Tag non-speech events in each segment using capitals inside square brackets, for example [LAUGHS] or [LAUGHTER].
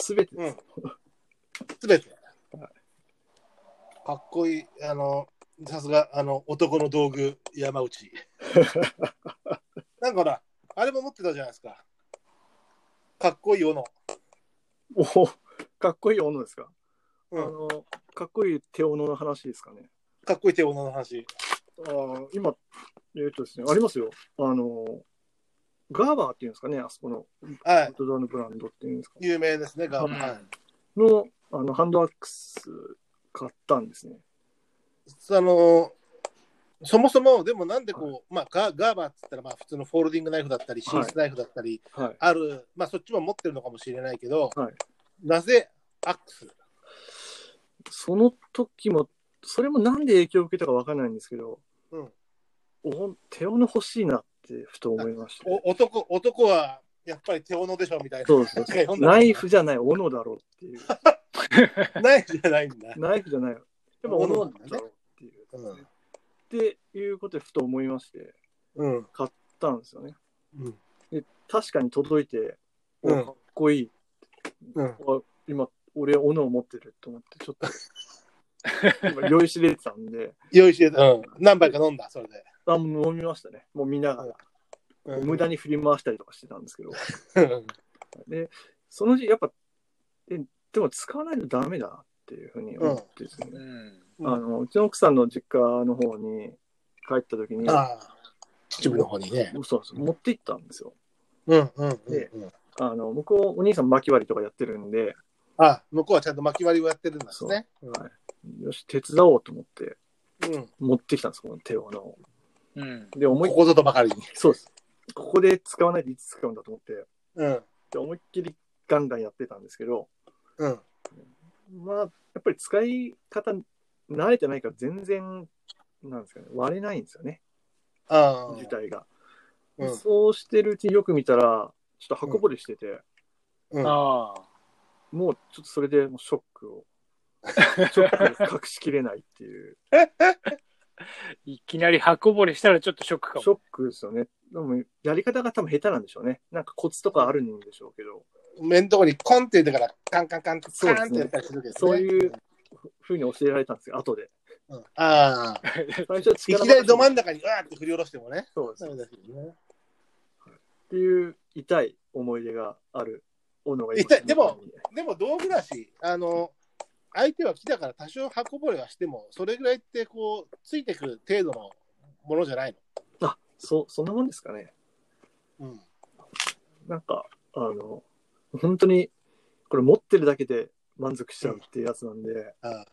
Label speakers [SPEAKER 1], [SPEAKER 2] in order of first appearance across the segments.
[SPEAKER 1] すべて
[SPEAKER 2] う
[SPEAKER 1] で
[SPEAKER 2] ん
[SPEAKER 1] す。。
[SPEAKER 2] すべて
[SPEAKER 1] は。
[SPEAKER 2] かっこいい。あの、さすが、あの、男の道具、山
[SPEAKER 1] [LAUGHS]
[SPEAKER 2] 内。なんかほら、あれも持ってたじゃないですか。かっこいい斧。
[SPEAKER 1] おおかっこいい斧ですか、
[SPEAKER 2] うん
[SPEAKER 1] あのかっこいい手斧の話ですかね。
[SPEAKER 2] かっこいい手斧の話。
[SPEAKER 1] あー今、えっとですね、ありますよ。あの、ガーバーっていうんですかね、あそこの
[SPEAKER 2] は
[SPEAKER 1] アウトドアのブランドっていうんですか。
[SPEAKER 2] い。有名ですね、ガー
[SPEAKER 1] うん
[SPEAKER 2] はい。
[SPEAKER 1] のあのハンドアックス買ったんですね。
[SPEAKER 2] あの、そもそも、でもなんでこう、まあガ、ガーバーって言ったら、まあ、普通のフォールディングナイフだったり、シースナイフだったり、
[SPEAKER 1] はい。
[SPEAKER 2] ある、まあ、そっちも持ってるのかもしれないけど、
[SPEAKER 1] はい
[SPEAKER 2] なぜアックス
[SPEAKER 1] その時も、それもなんで影響を受けたかわからないんですけど、
[SPEAKER 2] うん
[SPEAKER 1] お手斧欲しいなってふと思いました。
[SPEAKER 2] お男男はやっぱり手斧でしょみたいな。
[SPEAKER 1] そうそ
[SPEAKER 2] な
[SPEAKER 1] う
[SPEAKER 2] んか
[SPEAKER 1] そ
[SPEAKER 2] 読
[SPEAKER 1] う。
[SPEAKER 2] んだ
[SPEAKER 1] ナイフじゃない、斧だろうっていう。
[SPEAKER 2] ないじゃないんだ。
[SPEAKER 1] ナイフじゃないよ。でも
[SPEAKER 2] 斧
[SPEAKER 1] 斧
[SPEAKER 2] な
[SPEAKER 1] だ
[SPEAKER 2] んだね
[SPEAKER 1] ろうっていう。
[SPEAKER 2] うん
[SPEAKER 1] っていうことでふと思いまして、買っ
[SPEAKER 2] うん。
[SPEAKER 1] たんですよね。
[SPEAKER 2] うん。
[SPEAKER 1] 確かに届いて、お
[SPEAKER 2] うん
[SPEAKER 1] かっこいい。
[SPEAKER 2] うん。
[SPEAKER 1] あ今、俺、斧を持ってると思って、ちょっと、
[SPEAKER 2] [LAUGHS]
[SPEAKER 1] 今酔いしれてたんで、
[SPEAKER 2] 用意してた、うん。何杯か飲んだ、それで。
[SPEAKER 1] あもう飲みましたね。もう見ながら。
[SPEAKER 2] うん、
[SPEAKER 1] 無駄に振り回したりとかしてたんですけど。
[SPEAKER 2] うん。
[SPEAKER 1] で、そのうち、やっぱ、えでも使わないとダメだなっていうふうに思ってですね。
[SPEAKER 3] うん。
[SPEAKER 2] うん
[SPEAKER 1] あのうちの奥さんの実家の方に帰った時に、
[SPEAKER 2] ああ、秩父の方にね。
[SPEAKER 1] そうそう持って行ったんですよ。
[SPEAKER 2] うんうんうん、
[SPEAKER 1] で
[SPEAKER 2] うん。
[SPEAKER 1] あの向こうお兄さん薪割りとかやってるんで、
[SPEAKER 2] あ向こうはちゃんと巻き割りをやってるんですね。う
[SPEAKER 1] はいよし手伝おうと思って
[SPEAKER 2] ん。
[SPEAKER 1] 持ってきたんですこの手をあの
[SPEAKER 3] うん。
[SPEAKER 1] で思
[SPEAKER 2] こ
[SPEAKER 1] いっ
[SPEAKER 2] こぞとばかりに。
[SPEAKER 1] そうですここで使わないでいつ使うんだと思って
[SPEAKER 2] うん。
[SPEAKER 1] で思いっきりガンガンやってたんですけど
[SPEAKER 2] うん。
[SPEAKER 1] まあやっぱり使い方慣れてないから全然なんですかね割れないんですよね
[SPEAKER 2] ああ。
[SPEAKER 1] 自体が、
[SPEAKER 2] うん
[SPEAKER 1] そうしてるうちによく見たらちょっと刃こぼれしてて、
[SPEAKER 2] うん
[SPEAKER 3] ああ。
[SPEAKER 1] もうちょっとそれでもうショックを、ショックを隠しきれないっていう、
[SPEAKER 3] いきなり刃こぼれしたらちょっとショックか
[SPEAKER 1] ショ
[SPEAKER 3] も
[SPEAKER 1] ッ。クですよね。でも、やり方が多分下手なんでしょうね。なんかコツとかあるんでしょうけど、
[SPEAKER 2] 面のとこにコンって言ってから、カンカンカンって、
[SPEAKER 1] そう
[SPEAKER 2] カ
[SPEAKER 1] で
[SPEAKER 2] ー
[SPEAKER 1] す
[SPEAKER 2] ン
[SPEAKER 1] ね
[SPEAKER 2] ってやったりするけど、ね。
[SPEAKER 1] そういうふうに教えられたんですよ、後で。
[SPEAKER 2] うん。ああ。
[SPEAKER 1] 最初
[SPEAKER 2] い
[SPEAKER 1] は力任
[SPEAKER 2] き
[SPEAKER 1] せ
[SPEAKER 2] なりど真ん中に、うわーって振り下ろしてもね。
[SPEAKER 1] そうです。
[SPEAKER 2] ダ
[SPEAKER 1] っ
[SPEAKER 2] メですよね。
[SPEAKER 1] ていう痛い思い出がある斧がい
[SPEAKER 2] 痛いでも、でも道具だし、あの、相手は木だから多少刃こぼれはしても、それぐらいってこう、ついてくる程度のものじゃない
[SPEAKER 1] あ、そ、そんなもんですかね。
[SPEAKER 2] の。うん。
[SPEAKER 1] なんか、あの、本当に、これ持ってるだけで満足しちゃうっていうやつなんで、
[SPEAKER 2] ああ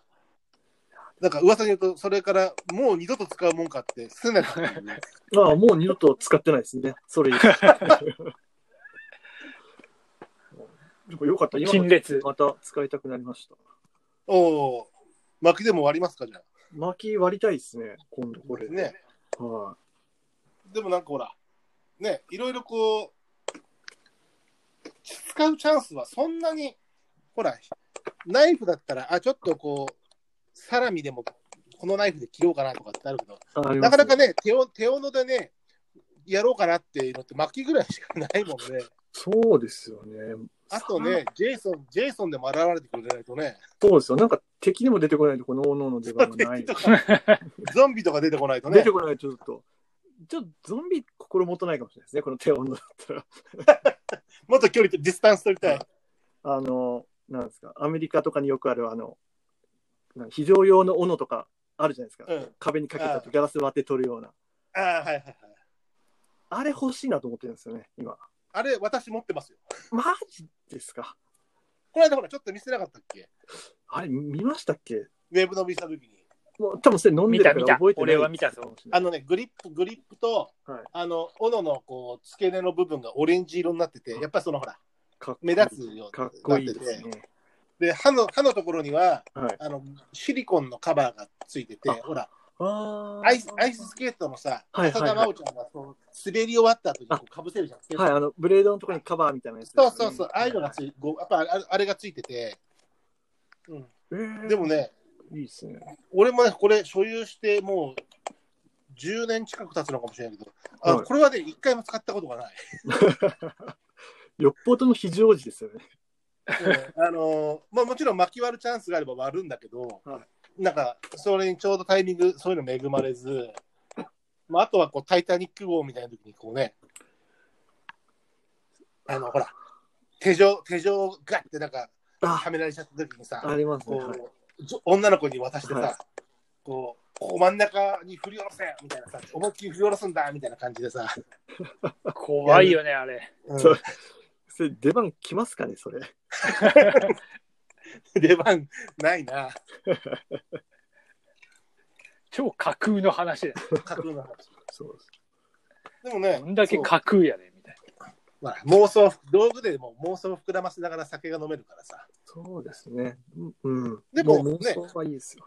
[SPEAKER 2] なんか噂に言うと、それからもう二度と使うもんかって、す [LAUGHS] ねたっていうね
[SPEAKER 1] まあ、もう二度と使ってないですね。それ以外。
[SPEAKER 3] [LAUGHS]
[SPEAKER 1] でもよかった。今
[SPEAKER 3] 陳列。
[SPEAKER 1] また使いたくなりました。
[SPEAKER 2] おお、巻きでも割りますか、じゃあ。
[SPEAKER 1] 薪割りたいですね。今度これ。
[SPEAKER 2] ね。
[SPEAKER 1] は
[SPEAKER 2] でもなんかほら、ね、いろいろこう、使うチャンスはそんなに、ほら、ナイフだったら、あ、ちょっとこう、サラミでも、このナイフで切ろうかなとかってあるけど、
[SPEAKER 1] い。ありま
[SPEAKER 2] な
[SPEAKER 1] す
[SPEAKER 2] かなかね、手を手斧でね、やろうかなっていうのって、巻きぐらいしかないもん
[SPEAKER 1] [LAUGHS]
[SPEAKER 2] ね。
[SPEAKER 1] そうですよね。
[SPEAKER 2] あとね、ジェイソン、ジェイソンでも現れてくれないとね、
[SPEAKER 1] そうですよ。なんか敵でも出てこないと、この斧の出番がない。
[SPEAKER 2] 敵とか [LAUGHS] ゾンビとか出てこないと
[SPEAKER 1] 出
[SPEAKER 2] ね
[SPEAKER 1] て、こないと、ちょっと。ちょっとゾンビ心もとないかもしれないですね。この手斧だったら。
[SPEAKER 2] もっと距離とディスタンス取りたい。
[SPEAKER 1] あの、なんですか。アメリカとかによくある、あの、なん非常用の斧とかあるじゃないですか。
[SPEAKER 2] うん。
[SPEAKER 1] 壁にかけた
[SPEAKER 2] あ
[SPEAKER 1] とガラス割って取るような。
[SPEAKER 2] ああ、はいはいはい。
[SPEAKER 1] あれ欲しいなと思ってるんですよね、今。
[SPEAKER 2] あれ、私持ってますよ。
[SPEAKER 1] マジですか
[SPEAKER 2] この間ほら、ちょっと見せなかったっけ
[SPEAKER 1] あれ、見ましたっけ
[SPEAKER 2] ウェブ伸びした時に。
[SPEAKER 1] もう多分それ飲んでるから
[SPEAKER 3] 見た見た
[SPEAKER 1] 覚えてない
[SPEAKER 3] 俺は見たぞ
[SPEAKER 1] かもしれな
[SPEAKER 2] あ
[SPEAKER 1] い
[SPEAKER 2] のね、グリップ、グリップと、
[SPEAKER 1] はい
[SPEAKER 2] あの、斧のこう、付け根の部分がオレンジ色になってて、やっぱりそのほら、
[SPEAKER 1] かっこい
[SPEAKER 2] 目
[SPEAKER 1] い
[SPEAKER 2] 立つように
[SPEAKER 1] か
[SPEAKER 2] なっ
[SPEAKER 1] って
[SPEAKER 2] て
[SPEAKER 1] こいいですね。
[SPEAKER 2] で、歯の、歯のところには、
[SPEAKER 1] はい。
[SPEAKER 2] あの、シリコンのカバーがついてて、
[SPEAKER 1] あ
[SPEAKER 2] ほら、
[SPEAKER 1] あー
[SPEAKER 2] アイス、アイススケートのさ、
[SPEAKER 1] はいはいはい
[SPEAKER 2] 浅田真央ちゃんがこう滑り終わった後にこうかぶせるじゃん。
[SPEAKER 1] はい、あの、ブレードのところにカバーみたいなやつです
[SPEAKER 2] そ
[SPEAKER 1] よ
[SPEAKER 2] う
[SPEAKER 1] ね、
[SPEAKER 2] そうそう、ああいうのがつい、ごやっぱあれあれがついてて、うん、
[SPEAKER 1] えー
[SPEAKER 2] でもね、
[SPEAKER 1] いいですね。
[SPEAKER 2] 俺もねこれ所有してもう10年近く経つのかもしれないけど、あ
[SPEAKER 1] はい
[SPEAKER 2] これはね、一回も使ったことがない。
[SPEAKER 1] よっぽどの非常時ですよね。
[SPEAKER 2] あのまあ、もちろん巻き割るチャンスがあれば割るんだけど、
[SPEAKER 1] は
[SPEAKER 2] なんかそれにちょうどタイミングそういうの恵まれず、まあ、あとはこう「タイタニック号」みたいな時にこうねあのほら手錠手錠をガッてなんかは
[SPEAKER 1] あ、
[SPEAKER 2] められちゃった時にさ
[SPEAKER 1] ありますね。
[SPEAKER 2] こ
[SPEAKER 1] はい。
[SPEAKER 2] うじょ女の子に渡してさ、
[SPEAKER 1] はい
[SPEAKER 2] こうここ真ん中に振り下ろせみたいなさ思いっきり振り下ろすんだみたいな感じでさ、
[SPEAKER 3] [LAUGHS] 怖いよね、あれ。
[SPEAKER 2] うん
[SPEAKER 1] そうそれ出番来ますかね、それ。
[SPEAKER 2] 出番ないな
[SPEAKER 3] 超架空の話だよ。
[SPEAKER 2] 架空の話
[SPEAKER 1] そうです。
[SPEAKER 2] でもね
[SPEAKER 3] どんだけ架空やねみたい
[SPEAKER 2] ほら妄想道具でも妄想を膨らませながら酒が飲めるからさ
[SPEAKER 1] そうですね。うん。
[SPEAKER 2] でも
[SPEAKER 1] う
[SPEAKER 2] ね
[SPEAKER 1] 妄想はいいですよ。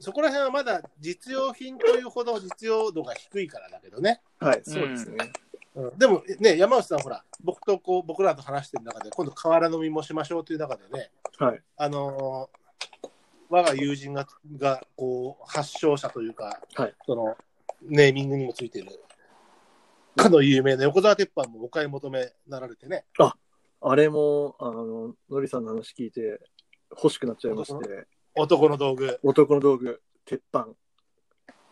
[SPEAKER 2] そこら辺はまだ実用品というほど実用度が低いからだけどね、
[SPEAKER 1] はい、そうですね。
[SPEAKER 2] うん、でもね山内さんほら僕とこう僕らと話してる中で今度河原飲みもしましょうという中でね
[SPEAKER 1] はい。
[SPEAKER 2] あのー我が友人ががこう発症者というか、
[SPEAKER 1] はい
[SPEAKER 2] そのネーミングにもついてるかの有名な横澤鉄板もお買い求めなられてね
[SPEAKER 1] あれも、あの、のりさんの話聞いて、欲しくなっちゃいまして、
[SPEAKER 2] 男の道具
[SPEAKER 1] 男の道具、鉄板、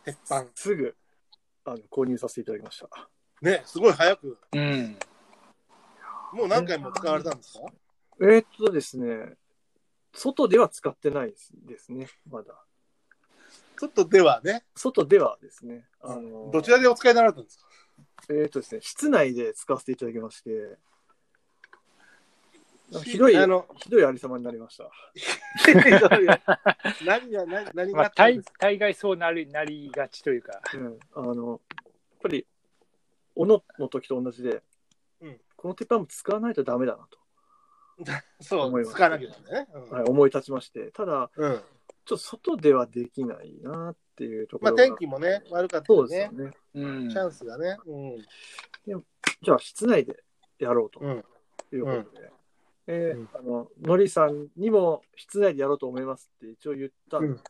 [SPEAKER 2] 鉄板
[SPEAKER 1] すぐ、あの、購入させていただきました。
[SPEAKER 2] ねすごい早く
[SPEAKER 3] な。うん。
[SPEAKER 2] もう何回も使われたんですか
[SPEAKER 1] えーっとですね、外では使ってないですね、まだ。
[SPEAKER 2] ちょっとではね、
[SPEAKER 1] 外ではですね、あの、
[SPEAKER 2] どちらでお使いになられたんですか
[SPEAKER 1] えーっとですね、室内で使わせていただきまして、なんかひどい、
[SPEAKER 2] あの、
[SPEAKER 1] ひどいありさまになりました。
[SPEAKER 2] ひどい [LAUGHS] 何が、何何
[SPEAKER 3] ま
[SPEAKER 2] があ
[SPEAKER 3] あ、
[SPEAKER 2] ったんで
[SPEAKER 3] 大
[SPEAKER 2] すか、
[SPEAKER 3] 大概そうなりなりがちというか。
[SPEAKER 1] うん、あの、やっぱり、斧の時と同じで、
[SPEAKER 2] うん
[SPEAKER 1] この鉄板も使わないとダメだな
[SPEAKER 2] そ、
[SPEAKER 1] 思いうます
[SPEAKER 2] 使わなきゃいけないね。
[SPEAKER 1] と、はい、思い立ちまして、ただ、
[SPEAKER 2] うん。うん
[SPEAKER 1] ちょっと外ではできないなっていうとこ
[SPEAKER 2] まあ、
[SPEAKER 1] ろが、
[SPEAKER 2] 天気もね、悪かった
[SPEAKER 1] そう
[SPEAKER 2] り
[SPEAKER 1] ですよ
[SPEAKER 2] ね。
[SPEAKER 1] ね。
[SPEAKER 3] うん
[SPEAKER 2] チャンスがね。うん。
[SPEAKER 1] じゃあ、室内でやろうと
[SPEAKER 2] うん。
[SPEAKER 1] いうことで、えー
[SPEAKER 2] うん
[SPEAKER 1] あの、のりさんにも室内でやろうと思いますって一応言ったんです、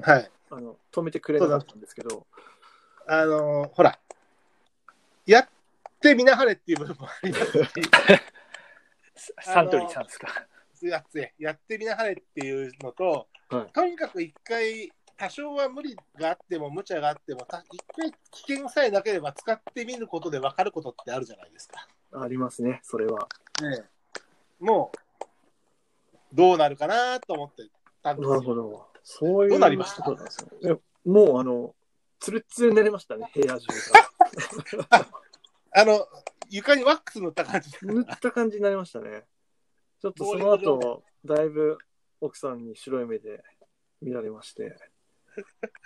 [SPEAKER 2] はい。
[SPEAKER 1] あの止めてくれなかったんですけど、
[SPEAKER 2] あのーほら、やってみなはれっていう部分もありますし、
[SPEAKER 3] サントリーさんですか。
[SPEAKER 2] やってやってみなはれっていうのと、
[SPEAKER 1] はい
[SPEAKER 2] とにかく一回、多少は無理があっても、無茶があっても、た一回危険さえなければ使ってみることで分かることってあるじゃないですか。
[SPEAKER 1] ありますね、それは。
[SPEAKER 2] ね、もう、どうなるかなと思ってたんです
[SPEAKER 1] な
[SPEAKER 2] よ。
[SPEAKER 1] るほど。そういう
[SPEAKER 2] どうなりました
[SPEAKER 1] ことなんですよ。えもう、あの、つるつるになりましたね、部屋中
[SPEAKER 2] あの、床にワックス塗った感じで。
[SPEAKER 1] が。塗った感じになりましたね。ちょっとその後、だいぶ奥さんに白い目で見られまして、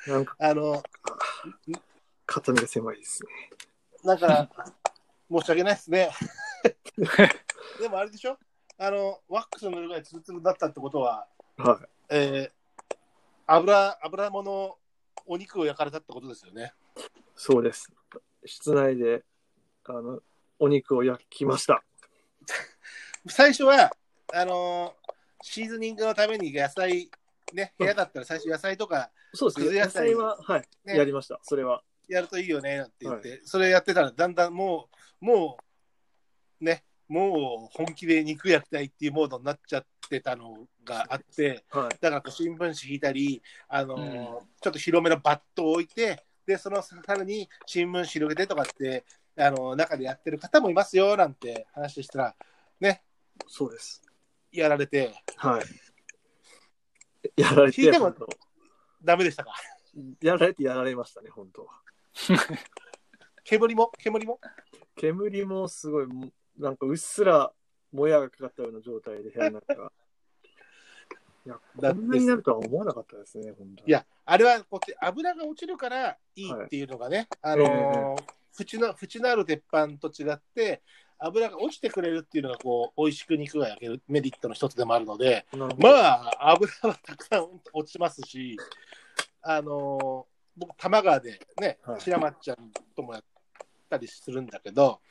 [SPEAKER 1] なんか
[SPEAKER 2] あの、
[SPEAKER 1] 肩身が狭いですね。
[SPEAKER 2] なんか、 [LAUGHS] 申し訳ないです
[SPEAKER 1] [LAUGHS]
[SPEAKER 2] ね。でもあれでしょあの、ワックス塗るぐらいツルツルだったってことは、
[SPEAKER 1] はい。
[SPEAKER 2] えー油、油物、お肉を焼かれたってことですよね。
[SPEAKER 1] そうです。室内で、あの、お肉を焼きました。
[SPEAKER 2] 最初は、あのシーズニングのために野菜、ね、部屋だったら最初野菜とか
[SPEAKER 1] そうですね。
[SPEAKER 2] 崩れ
[SPEAKER 1] 野
[SPEAKER 2] 野菜
[SPEAKER 1] 菜は、はい、
[SPEAKER 2] ね
[SPEAKER 1] やりました。それは。
[SPEAKER 2] やるといいよねなんて言って、それやってたらだんだんもうもうねもう本気で肉焼きたいっていうモードになっちゃってたのがあって
[SPEAKER 1] はい。
[SPEAKER 2] だからこう新聞紙引いたりあのー、
[SPEAKER 3] うん
[SPEAKER 2] ちょっと広めのバットを置いてでそのさらに新聞紙広げてとかってあのー中でやってる方もいますよなんて話したら
[SPEAKER 1] そうです。
[SPEAKER 2] やられて
[SPEAKER 1] はい。やられて、
[SPEAKER 2] 聞いても
[SPEAKER 1] 本当
[SPEAKER 2] ダメでしたか
[SPEAKER 1] やられてやられましたね、本当
[SPEAKER 2] 煙も煙も
[SPEAKER 1] 煙もすごい、もなんかうっすらもやがかかったような状態で部屋の中
[SPEAKER 2] [LAUGHS]
[SPEAKER 1] が。いや、
[SPEAKER 2] だっ
[SPEAKER 1] こ
[SPEAKER 2] て
[SPEAKER 1] んなになるとは思わなかったですね、本当
[SPEAKER 2] いや、あれはこうやって油が落ちるからいいっていうのがね、あのー縁の縁のある鉄板と違って、油が落ちてくれるっていうのがこう美味しく肉が焼けるメリットの一つでもあるので、
[SPEAKER 1] なるほど
[SPEAKER 2] まあ、油はたくさん落ちますし、あのー僕、多摩川でね
[SPEAKER 1] は、い
[SPEAKER 2] 白松ちゃんともやったりするんだけど、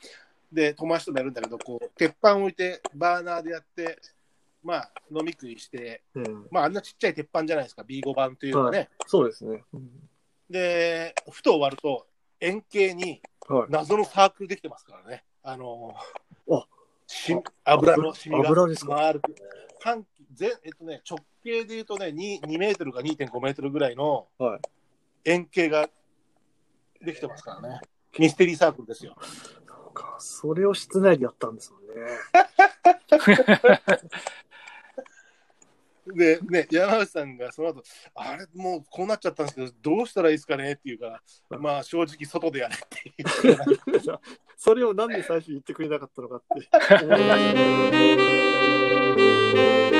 [SPEAKER 2] で、友達ともやるんだけど、こう、鉄板置いて、バーナーでやって、まあ、飲み食いして、
[SPEAKER 1] うん、
[SPEAKER 2] まあ、あんなちっちゃい鉄板じゃないですか、B5 版というかね。
[SPEAKER 1] そうですね。うん
[SPEAKER 2] で、ふと終わると、円形に
[SPEAKER 1] はい。
[SPEAKER 2] 謎のサークルできてますからね。あの、し油の染みが
[SPEAKER 1] 油ですか
[SPEAKER 2] 回る。半径全えっとね、直径で言うとね2、2メートルか2.5メートルぐらいの
[SPEAKER 1] はい
[SPEAKER 2] 円形ができてますからね。ミステリーサークルですよ。
[SPEAKER 1] そうかそれを室内でやったんです
[SPEAKER 2] [LAUGHS]
[SPEAKER 1] もんね。
[SPEAKER 2] で、ね、山内さんがその後、あれ、もうこうなっちゃったんですけど、どうしたらいいですかねっていうから、まあ正直外でやれっていう
[SPEAKER 1] そ
[SPEAKER 2] [LAUGHS]
[SPEAKER 1] れをなんで最初に言ってくれなかったのかって思いました。